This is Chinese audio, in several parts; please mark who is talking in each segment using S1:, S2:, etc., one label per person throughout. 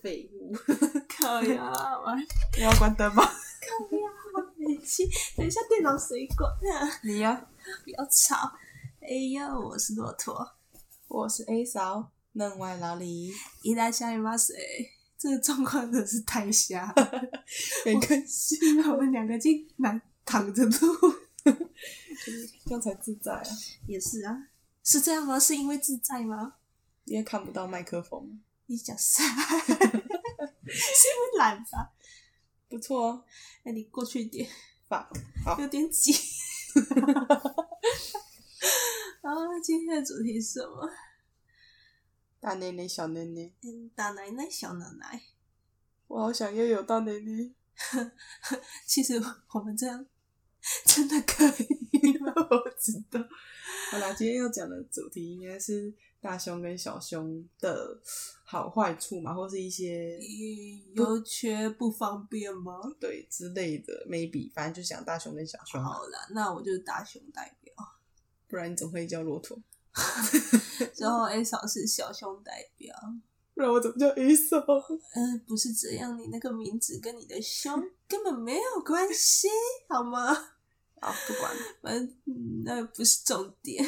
S1: 废物。
S2: 可以啊，你要关灯吗？
S3: 冷气，等一下电脑水管啊，
S2: 你呀、
S3: 不要吵。哎呀，我是骆驼，
S2: 我是 A 嫂，嫩外老李，
S3: 一大下一把水，这个状况真是太瞎。
S2: 没关系，
S3: 我们两个竟然躺着录，
S2: 这样才自在啊。
S3: 也是啊，是这样吗？是因为自在吗？
S2: 因为看不到麦克风，
S3: 你讲啥？ 是因为懒吧？
S2: 不错哦。
S3: 那你过去一点，
S2: Fuck，好
S3: 有点 挤。啊，今天的主题是什么？哎
S2: 大内内小内内，
S3: 嗯，大奶奶、小奶奶。
S2: 我好想要有大内内。
S3: 其实我们这样真的可以吗？
S2: 我知道。好啦，今天要讲的主题应该是大胸跟小胸的好坏处嘛，或是一些
S3: 优缺不方便吗？
S2: 对之类的，maybe，反正就讲大胸跟小胸嘛，
S3: 好啦，那我就是大熊代表，
S2: 不然你怎么会叫骆驼？
S3: 然后 A 嫂是小熊代表。
S2: 不然我怎么叫 A 嫂？
S3: 嗯、不是这样，你那个名字跟你的胸根本没有关系，好吗？
S2: 好，不管了。
S3: 反正嗯那不是重点。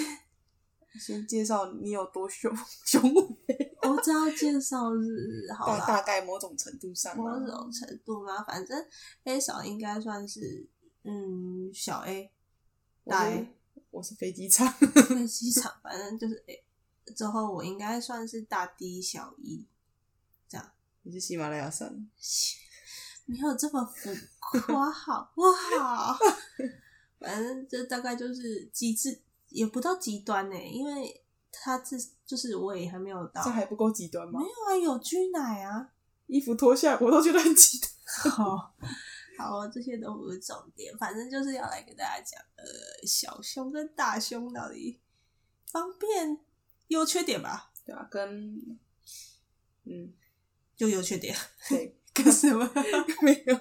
S2: 先介绍你有多凶 凶猛，
S3: 我只要介绍是好
S2: 大
S3: 啦，
S2: 大概某种程度上啦，
S3: 某种程度嘛，反正 A 嫂应该算是嗯小 A
S2: 我
S3: 大
S2: 是
S3: A。
S2: 我是飞机场，
S3: 在机场，反正就是诶、之后我应该算是大一小一，
S2: 你是喜马拉雅山，
S3: 没有这么浮夸，好不好？ 反正这大概就是极致，也不到极端呢、因为他这就是我也还没有到，
S2: 这还不够极端吗
S3: 没？有啊，有居奶啊，
S2: 衣服脱下来我都觉得很极端。
S3: 好， 好，哦这些都不是重点，反正就是要来给大家讲，呃，小胸跟大胸到底方便优缺点吧，
S2: 对啊，跟嗯，
S3: 就优缺点，
S2: 对，
S3: 跟什么？
S2: 没有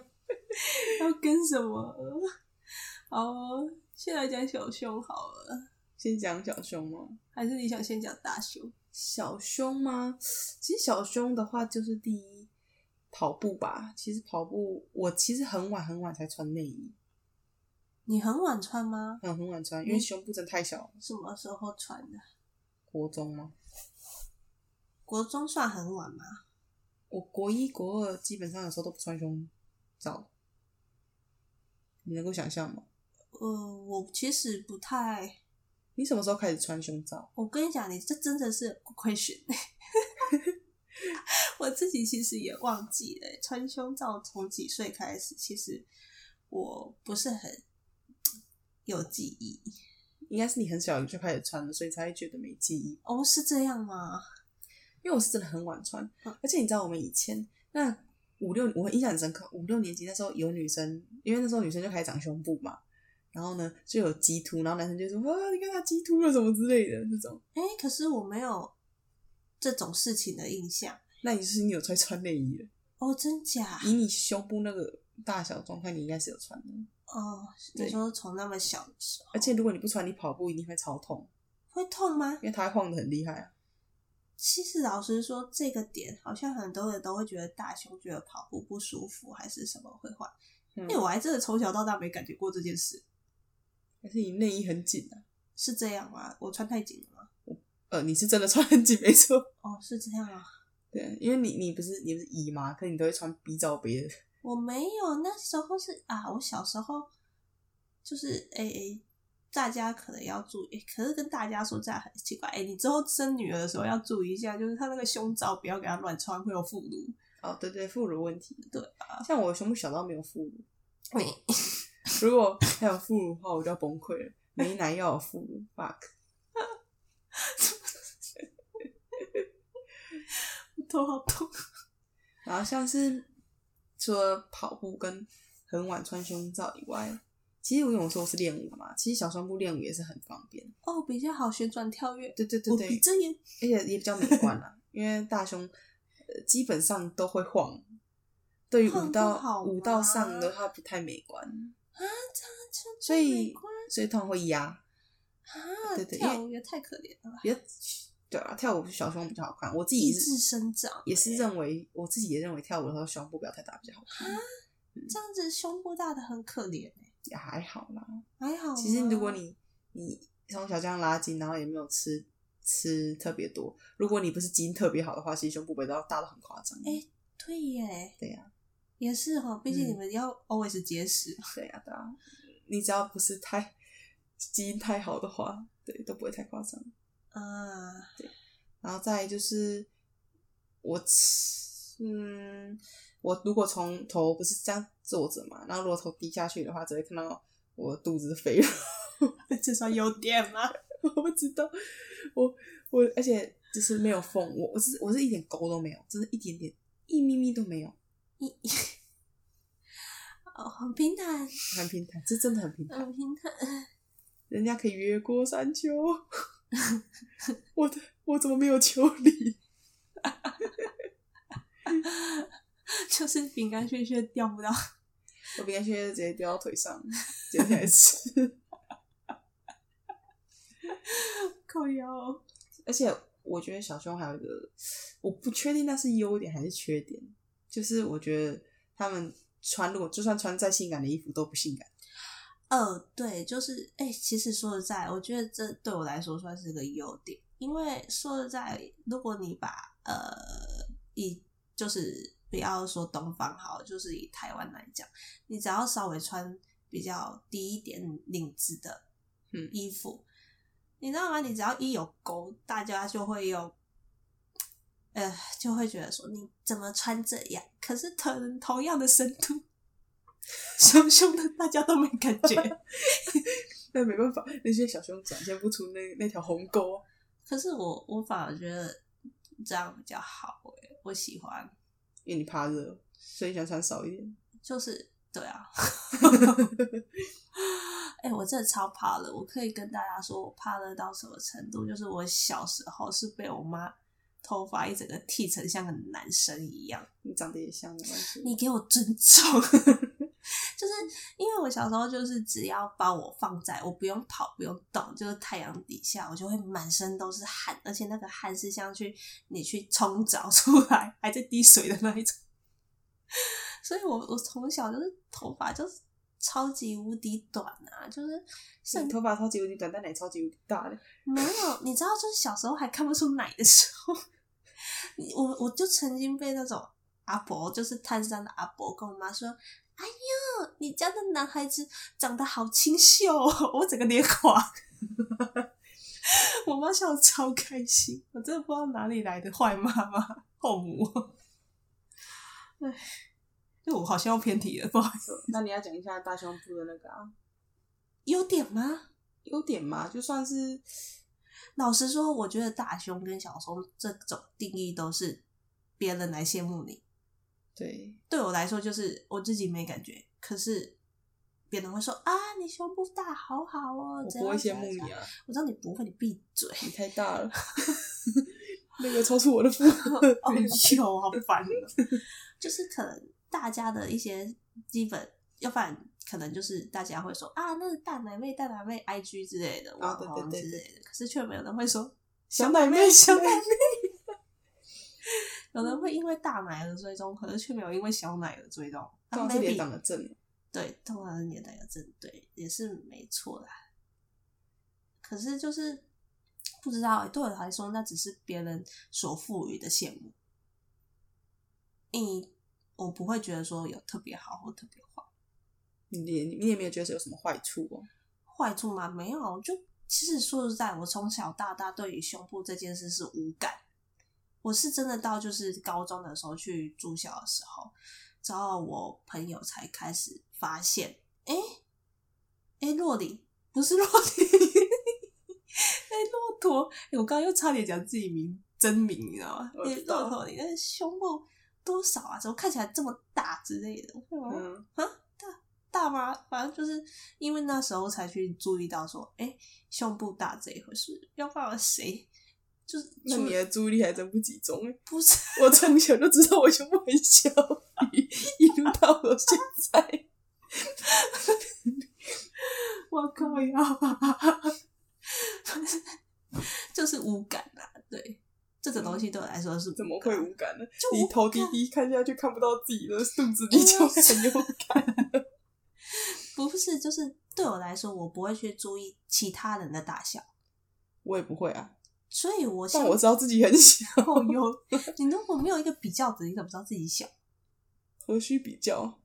S3: 要跟什么？哦，先来讲小胸好了，
S2: 先讲小胸吗？
S3: 还是你想先讲大胸？
S2: 小胸吗？其实小胸的话，就是第一跑步吧。其实跑步，我其实很晚很晚才穿内衣，
S3: 你很晚穿吗？
S2: 很很晚穿，因为
S3: 嗯
S2: 胸部真的太小了。
S3: 什么时候穿的？
S2: 国中吗？
S3: 国中算很晚吗？
S2: 我国一、国二基本上有时候都不穿胸罩，你能够想象吗？
S3: 呃，我其实不太。
S2: 你什么时候开始穿胸罩？
S3: 我跟你讲，你这真的是 question。我自己其实也忘记了欸穿胸罩从几岁开始，其实我不是很有记忆。
S2: 应该是你很小就开始穿了，所以才会觉得没记忆。
S3: 哦，是这样吗？
S2: 因为我是真的很晚穿
S3: 嗯，
S2: 而且你知道我们以前那五六，我印象很深刻，五六年级那时候有女生，因为那时候女生就开始长胸部嘛，然后呢就有鸡突，然后男生就说啊，你看他鸡突了什么之类的这种。
S3: 哎、可是我没有这种事情的印象
S2: 那你是你有穿穿内衣了？
S3: 哦，真假？
S2: 以你胸部那个大小状况，你应该是有穿的。
S3: 哦，
S2: 对
S3: 你说从那么小的时候，
S2: 而且如果你不穿，你跑步一定会超痛，
S3: 会痛吗？
S2: 因为它会晃的很厉害啊。
S3: 其实老实说，这个点好像很多人都会觉得大胸觉得跑步不舒服，还是什么会换。
S2: 嗯
S3: 因为我还真的从小到大没感觉过这件事，
S2: 而且你内衣很紧啊，
S3: 是这样吗？我穿太紧了吗？
S2: 呃，你是真的穿很紧，没错。
S3: 哦，是这样啊，
S2: 对，因为你你不是你不是一吗？可你都会穿 B 罩杯的。
S3: 我没有，那时候是啊，我小时候就是哎哎、大家可能要注意，可是跟大家说这样很奇怪。哎、你之后生女儿的时候要注意一下，就是她那个胸罩不要给她乱穿，会有副乳。
S2: 哦，对对，副乳问题。
S3: 对
S2: 啊，像我胸部小到没有副乳，
S3: 没
S2: 如果还有副乳的话，我就要崩溃了。没奶要有副乳，fuck。
S3: 头好痛。
S2: 然后像是除了跑步跟很晚穿胸罩以外，其实我有说我是练舞的嘛，其实小胸部练舞也是很方便。
S3: 哦，比较好旋转跳跃。
S2: 对对对
S3: 我
S2: 对
S3: 闭，着眼。
S2: 而且也比较美观啦，因为大胸、呃、基本上都会晃。对于
S3: 晃
S2: 舞
S3: 不
S2: 到
S3: 好
S2: 舞到
S3: 吗
S2: 上的话不太美观，
S3: 所
S2: 所以
S3: 啊
S2: 所以通常会压，，对对因为
S3: 跳舞也太可怜了吧。
S2: 比较对啊，跳舞小胸比较好看。我自己
S3: 抑
S2: 是
S3: 制生长，
S2: 也是认为，我自己也认为跳舞的时候胸部不要太大比较好看，
S3: 啊这样子胸部大的很可怜哎、
S2: 也还好啦。
S3: 还好吗。啊
S2: 其实如果你你从小这样拉筋，然后也没有吃吃特别多，如果你不是基因特别好的话，其实胸部不会到大到很夸张。
S3: 哎对耶，
S2: 对呀、
S3: 也是哈，毕竟
S2: 嗯
S3: 你们要 always 节食，
S2: 对呀、对啊，你只要不是太基因太好的话，对都不会太夸张。
S3: 啊，
S2: 然后再来就是我吃，嗯，我如果从头不是这样坐着嘛，然后如果头低下去的话，只会看到我肚子的肥肉。
S3: 这算优点吗？
S2: 我不知道，我我而且就是没有缝，我我是我是一点沟都没有，真的一点点一咪咪都没有，
S3: 哦，很平坦，
S2: 很平坦，这真的很平坦。
S3: 很平坦。
S2: 人家可以越过山丘， 我的我怎么没有丘陵？
S3: 就是饼干屑屑掉不到，
S2: 我饼干屑屑直接掉到腿上，捡起来 吃。
S3: 靠腰。
S2: 而且我觉得小胸还有一个，我不确定那是优点还是缺点，就是我觉得他们穿如果就算穿再性感的衣服都不性感。
S3: 呃，对，就是哎、其实说实在，我觉得这对我来说算是个优点，因为说实在，如果你把呃以就是不要说东方好，就是以台湾来讲，你只要稍微穿比较低一点领子的
S2: 嗯
S3: 衣服，你知道吗？你只要一有勾，大家就会有。呃，就会觉得说你怎么穿这样？可是同同样的深度， 胸胸的大家都没感觉，
S2: 但没办法，那些小胸展现不出那那条鸿沟啊。
S3: 可是我我反而觉得这样比较好诶、我喜欢，
S2: 因为你怕热，所以你想穿少一点。
S3: 就是对啊， 哎、我真的超怕冷，我可以跟大家说我怕热到什么程度，就是我小时候是被我妈头发一整个剃成像个男生一样，
S2: 你长得也像，啊没关系。
S3: 你给我尊重。 就是因为我小时候就是只要把我放在我不用跑不用动，就是太阳底下，我就会满身都是汗，而且那个汗是像去你去冲澡出来还在滴水的那一种。所以我我从小就是头发就是超级无敌短啊，就是甚
S2: 你头发超级无敌短，但奶超级无敌大 的。
S3: 没有，你知道，就是小时候还看不出奶的时候，你我我就曾经被那种阿伯，就是摊商的阿伯，跟我妈说：“哎呦，你家的男孩子长得好清秀哦！” 我整个脸垮，我妈笑得超开心，我真的不知道哪里来的坏妈妈后母。哎，哎我好像要偏题了，不好意思。
S2: 那你要讲一下大胸部的那个啊，
S3: 优点吗？
S2: 优点嘛，就算是
S3: 老实说，我觉得大胸跟小胸这种定义都是别人来羡慕你。
S2: 对，
S3: 对我来说，就是我自己没感觉，可是别人会说啊，你胸部大，好好哦。
S2: 我
S3: 怎
S2: 不会
S3: 样
S2: 羡慕。
S3: 怎样
S2: 你
S3: 怎样
S2: 啊，
S3: 我知道你不会，你闭 嘴。
S2: 你太大了，那个超出我的负荷。
S3: 哦哟，好烦哦。就是可能大家的一些基本，要不然可能就是大家会说啊，那是大奶妹、大奶妹 IG 之类的，网
S2: 啊对对
S3: 红
S2: 对
S3: 之类
S2: 对
S3: 的，可是却没有人会说
S2: 小奶妹，
S3: 小奶
S2: 妹，
S3: 有
S2: 嗯
S3: 人会因为大奶而追踪，可是却没有因为小奶而追踪。
S2: 刚好啊
S3: 那
S2: 是脸
S3: maybe
S2: 长得正，
S3: 对，通常是年代的正对，也是没错啦。可是就是不知道欸、对我来说，那只是别人所赋予的羡慕。你我不会觉得说有特别好或特别坏，
S2: 你也你也没有觉得有什么坏处哦。
S3: 坏处吗？没有，就其实说实在，我从小到大对于胸部这件事是无感。我是真的到就是高中的时候去住校的时候，之后我朋友才开始发现，哎、哎、洛里不是洛里，哎、骆驼，诶我刚刚又差点讲自己名真名，你知道吗？
S2: 我
S3: 诶
S2: 知道
S3: 骆驼，你那胸部多少啊？怎么看起来这么大之类的？我想说
S2: 嗯，
S3: 大吗？反正就是因为那时候才去注意到说，哎、胸部大这一回事，要不然谁就是
S2: 那你的注意力还真不集中哎。
S3: 不是
S2: 我从小就知道我胸部很小， 一一路到我现 在。
S3: 我靠呀，就是无感啊，对，这种东西对我来说是
S2: 嗯怎么会无感呢？
S3: 就
S2: 你
S3: 无
S2: 头低
S3: 感
S2: 低看下去看不到自己的肚子，你就会很有感。
S3: 不是，就是对我来说，我不会去注意其他人的大小，
S2: 我也不会啊，
S3: 所以我
S2: 但
S3: 想
S2: 我知道自己很小，
S3: 后有 你如果没有一个比较值，你怎么知道自己小？
S2: 何须比较？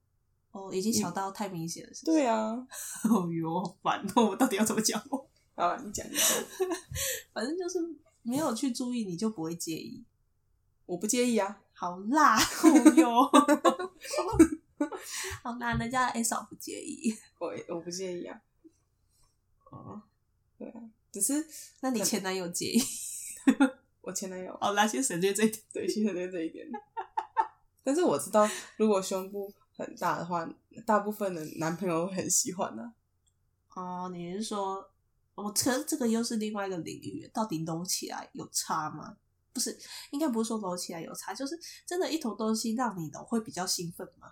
S3: 哦，已经小到太明显了，是
S2: 嗯
S3: 不是？
S2: 对啊，
S3: 哦哟，好烦哦！我到底要怎么讲？哦
S2: 好啊了，你讲一下，
S3: 反正就是没有去注意，你就不会介意。
S2: 我不介意啊。
S3: 好辣， 哦哟，好辣，人家 S 嫂不介意。
S2: 我我不介意啊，
S3: 哦，
S2: 只是
S3: 那你前男友介意？
S2: 我前男友
S3: 好啦，哦先省略这一点。
S2: 对现在在这一点， 但是我知道，如果胸部很大的话，大部分的男朋友会很喜欢啊的、
S3: 哦，你是说，我可是这个又是另外一个领域，到底揉起来有差吗？不是，应该不是说揉起来有差，就是真的，一坨东西让你揉会比较兴奋吗？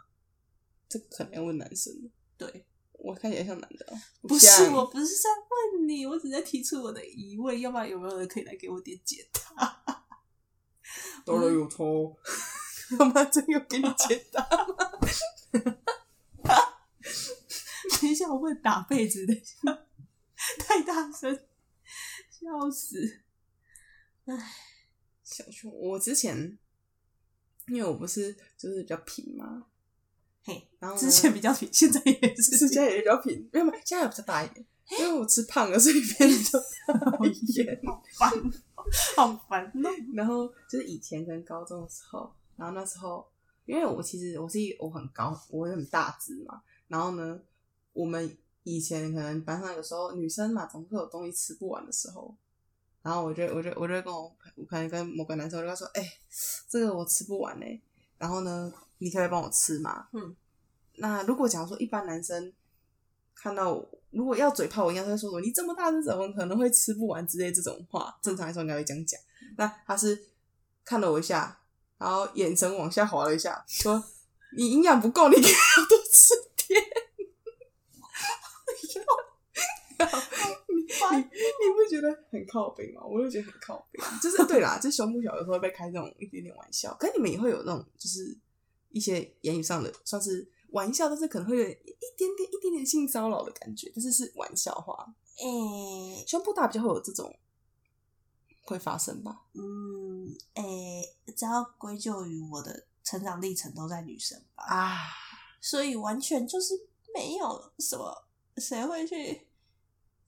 S2: 这个可能要问男生，
S3: 对，
S2: 我看起来像男的、哦，
S3: 不
S2: 像
S3: 是，我不是在问你，我只在提出我的疑问，要不然有没有人可以来给我点解答？
S2: 当然有抽，他 妈真有给你解答。
S3: 等一下，我问打被子，等一下， 太大声，笑死！
S2: 小胸，我之前因为我不是就是比较平嘛，
S3: 嘿，
S2: 然后呢
S3: 之前比较平，现在也
S2: 就是是现在也比较平，没有没有，现在也比较大一点，因为我吃胖了，所以变得比较大一点。
S3: 烦， 好烦哦！
S2: 然后就是以前跟高中的时候，然后那时候因为我其实我是一我很高，我很大只嘛，然后呢，我们以前可能班上有时候女生嘛，总会有东西吃不完的时候，然后我就我就我就会跟我我可能跟某个男生我就跟他说，哎、这个我吃不完哎、然后呢，你可不可以帮我吃嘛？
S3: 嗯，
S2: 那如果假如说一般男生看到我如果要嘴炮我一样，他会说什么你这么大只怎么可能会吃不完之类这种话，正常来说应该会这样讲。那他是看了我一下，然后眼神往下滑了一下，说你营养不够，你给我多吃 点。
S3: 烦
S2: 你不觉得很靠北吗？我就觉得很靠北，就是对啦，就胸部小有时候会被开这种一点点玩笑，可你们也会有那种就是一些言语上的算是玩笑，但是可能会有一点点一点点性骚扰的感觉，但是是玩笑话。
S3: 诶、
S2: 胸部大比较会有这种会发生吧？
S3: 嗯，诶、只要归咎于我的成长历程都在女生吧，
S2: 啊，
S3: 所以完全就是没有什么谁会去，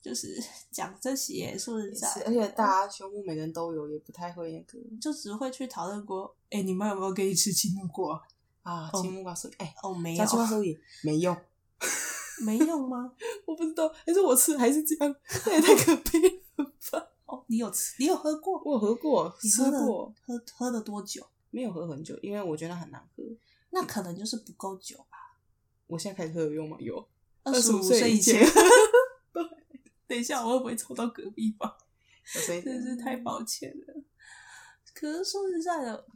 S3: 就是讲这些，说实
S2: 也
S3: 在
S2: 是，，啊嗯而且大家胸部每个人都有，也不太会那个
S3: 就只会去讨论过，诶、你们有没有给你吃青木瓜？
S2: 啊，
S3: 哦
S2: 青木瓜手哎，
S3: 哦，没有
S2: 加，青木瓜手也没用，
S3: 没用吗？
S2: 我不知道，还是我吃还是这样， 这也太可悲了吧？
S3: 哦，你有吃，你有喝 过？
S2: 我有喝过，
S3: 你
S2: 吃
S3: 喝了
S2: 过，
S3: 喝喝了多久？
S2: 没有喝很久，因为我觉得很难喝。
S3: 那可能就是不够久吧，
S2: 我现在开始喝有用吗？有，
S3: 二
S2: 25
S3: 十五
S2: 岁
S3: 岁
S2: 以
S3: 以
S2: 前
S3: 前。 等一下，我会不会抽到隔壁吧？
S2: 所以
S3: 真是太抱歉了。啊可是说实在的，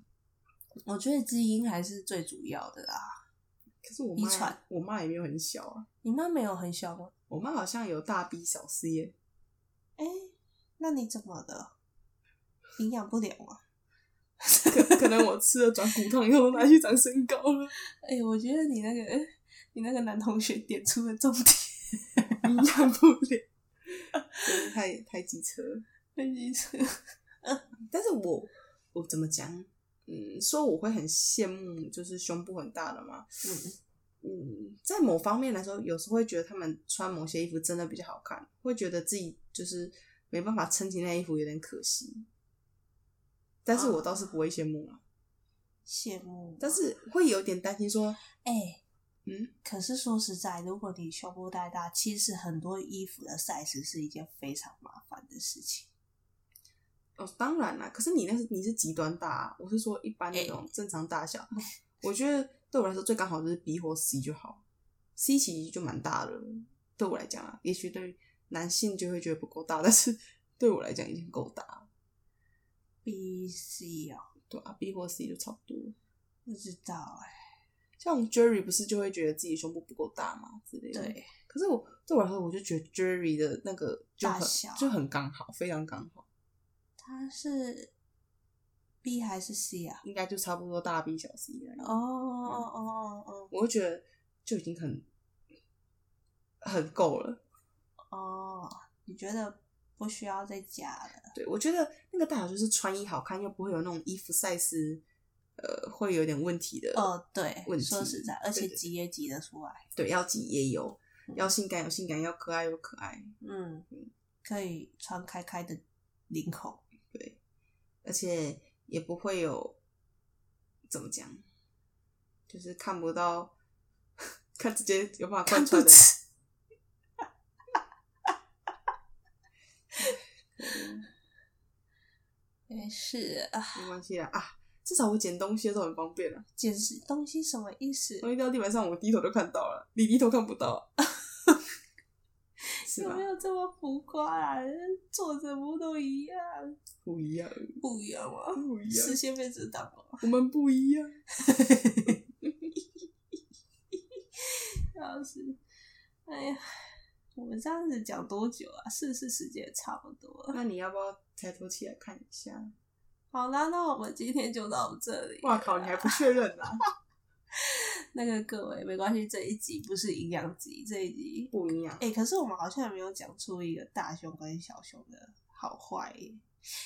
S3: 我觉得基因还是最主要的啦。
S2: 可是我妈
S3: 遗传，
S2: 我妈也没有很小啊，
S3: 你妈没有很小吗？
S2: 我妈好像有大 B 小 C 耶，
S3: 哎、那你怎么了？营养不良吗？
S2: 可可能我吃了转骨汤以后拿去长身高了。
S3: 哎、我觉得你那个你那个男同学点出了重点，
S2: 营养不良，真的太太机车了。
S3: 很机车。
S2: 但是我我怎么讲？嗯，说我会很羡慕，就是胸部很大的嘛。
S3: 嗯，
S2: 嗯，在某方面来说，有时候会觉得他们穿某些衣服真的比较好看，会觉得自己就是没办法撑起那衣服，有点可惜。但是我倒是不会羡慕啊，
S3: 羡慕。啊
S2: 但是会有点担心说，
S3: 哎、
S2: 嗯，
S3: 可是说实在，如果你胸部太大，其实很多衣服的 size 是一件非常麻烦的事情。
S2: 哦，当然啦，可是你那是你是极端大、啊，我是说一般那种正常大小，我觉得对我来说最刚好就是 B 或 C 就好，C 其实就蛮大的了，对我来讲啊，也许对男性就会觉得不够大，但是 对我来讲已经够大了，
S3: B、C 哦，
S2: 对啊，B 或 C 就差不多了。
S3: 不知道哎、
S2: 像 Jerry 不是就会觉得自己胸部不够大嘛之类的。。
S3: 对，
S2: 可是我对我来说，我就觉得 Jerry 的那个就
S3: 大
S2: 很
S3: 小
S2: 就很刚好，非常刚好。
S3: 它是 B 还是 C 啊？
S2: 应该就差不多大 B 小 C 那样。
S3: 哦哦哦哦
S2: 我会觉得就已经很很够了。
S3: 哦哦，你觉得不需要再加了？
S2: 对，我觉得那个大小就是穿衣好看，又不会有那种衣服 size 呃会有点问题的。
S3: 哦，对
S2: 问，题
S3: 说实在，而且
S2: 对对
S3: 挤也挤得出来。
S2: 对，要紧也有，要性感有性感，要可爱有可爱。
S3: 嗯，可以穿开开的领口，
S2: 对，而且也不会有怎么讲，就是看不到， 看直接有办法贯
S3: 看不
S2: 穿的。
S3: 起。没事啊，
S2: 没关系啦啊，至少我捡东西的时候很方便了，
S3: 捡拾东西什么意思？
S2: 东西掉地板上，我低头就看到了，你低头看不到啊， 是
S3: 有
S2: 吧
S3: 没？有这么浮夸啊？坐着不都一样？
S2: 不一样，
S3: 不一样啊！
S2: 不一样
S3: 视，线被遮挡了，
S2: 我们不一样。
S3: 要是，哎呀，我们这样子讲多久啊？是是，时间也差不多了。
S2: 那你要不要抬头起来看一下？
S3: 好啦，那我们今天就到这里。
S2: 哇靠，你还不确认啊？
S3: 那个各位没关系，这一集不是营养集，这一集
S2: 不一样，
S3: 哎、可是我们好像也没有讲出一个大熊跟小熊的好坏耶，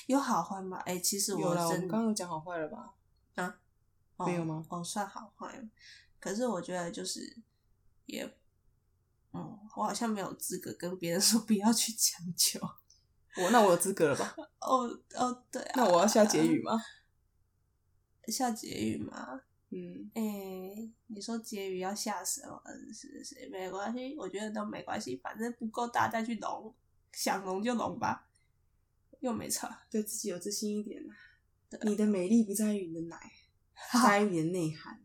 S3: 有好坏吗？哎、其实
S2: 有
S3: 我
S2: 啦，我
S3: 真
S2: 们刚刚有讲好坏了吧？
S3: 哦
S2: 没有吗
S3: 哦，算好坏，可是我觉得就是也，嗯，我好像没有资格跟别人 说不要去强求。
S2: 我那我有资格了吧？
S3: 哦哦，对啊，
S2: 那我要下结语 吗？
S3: 下结语吗？
S2: 嗯，
S3: 哎、你说结语要下什么？是是，没关系，我觉得都没关系，反正不够大再去拢，想拢就拢吧，又没差。
S2: 对自己有自信一点啦
S3: 对。啊
S2: 你的美丽不在于你的 奶，在于你的内涵。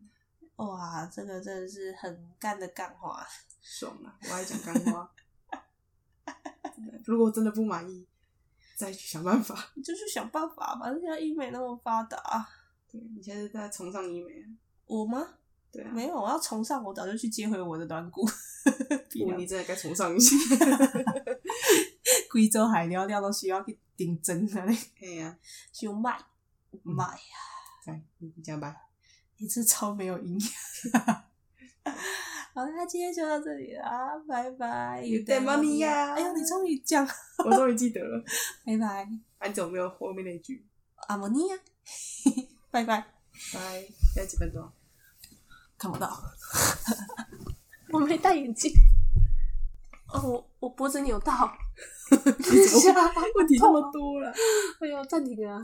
S3: 哇，这个真的是很干的干话。
S2: 爽啦！我爱讲干话。 如果真的不满意，再去想办法。
S3: 你就去想办法吧，现在医美那么发达，
S2: 对你现在在崇尚医美啊，
S3: 我吗？
S2: 对啊，
S3: 没有，我要崇尚，我早就去接回我的软 骨。
S2: 不，你真的该崇尚一些。
S3: 贵州海料料都需要去顶针啊，嗯你
S2: 哎呀，
S3: 想卖卖呀，
S2: 来，你讲吧。
S3: 你这超没有营养。 好，那今天就到这里啦，拜拜。
S2: You damn money 呀
S3: 哎呦，你终于讲，
S2: 我终于记得了。
S3: 拜拜，
S2: 安总没有后面那句。
S3: 阿莫尼亚， 拜拜。
S2: 拜，现在几分钟？
S3: 看不到， 我没戴眼镜。哦，我我 脖子扭到，
S2: 你怎么会问题这么多了？
S3: 哎呦，暂停啊。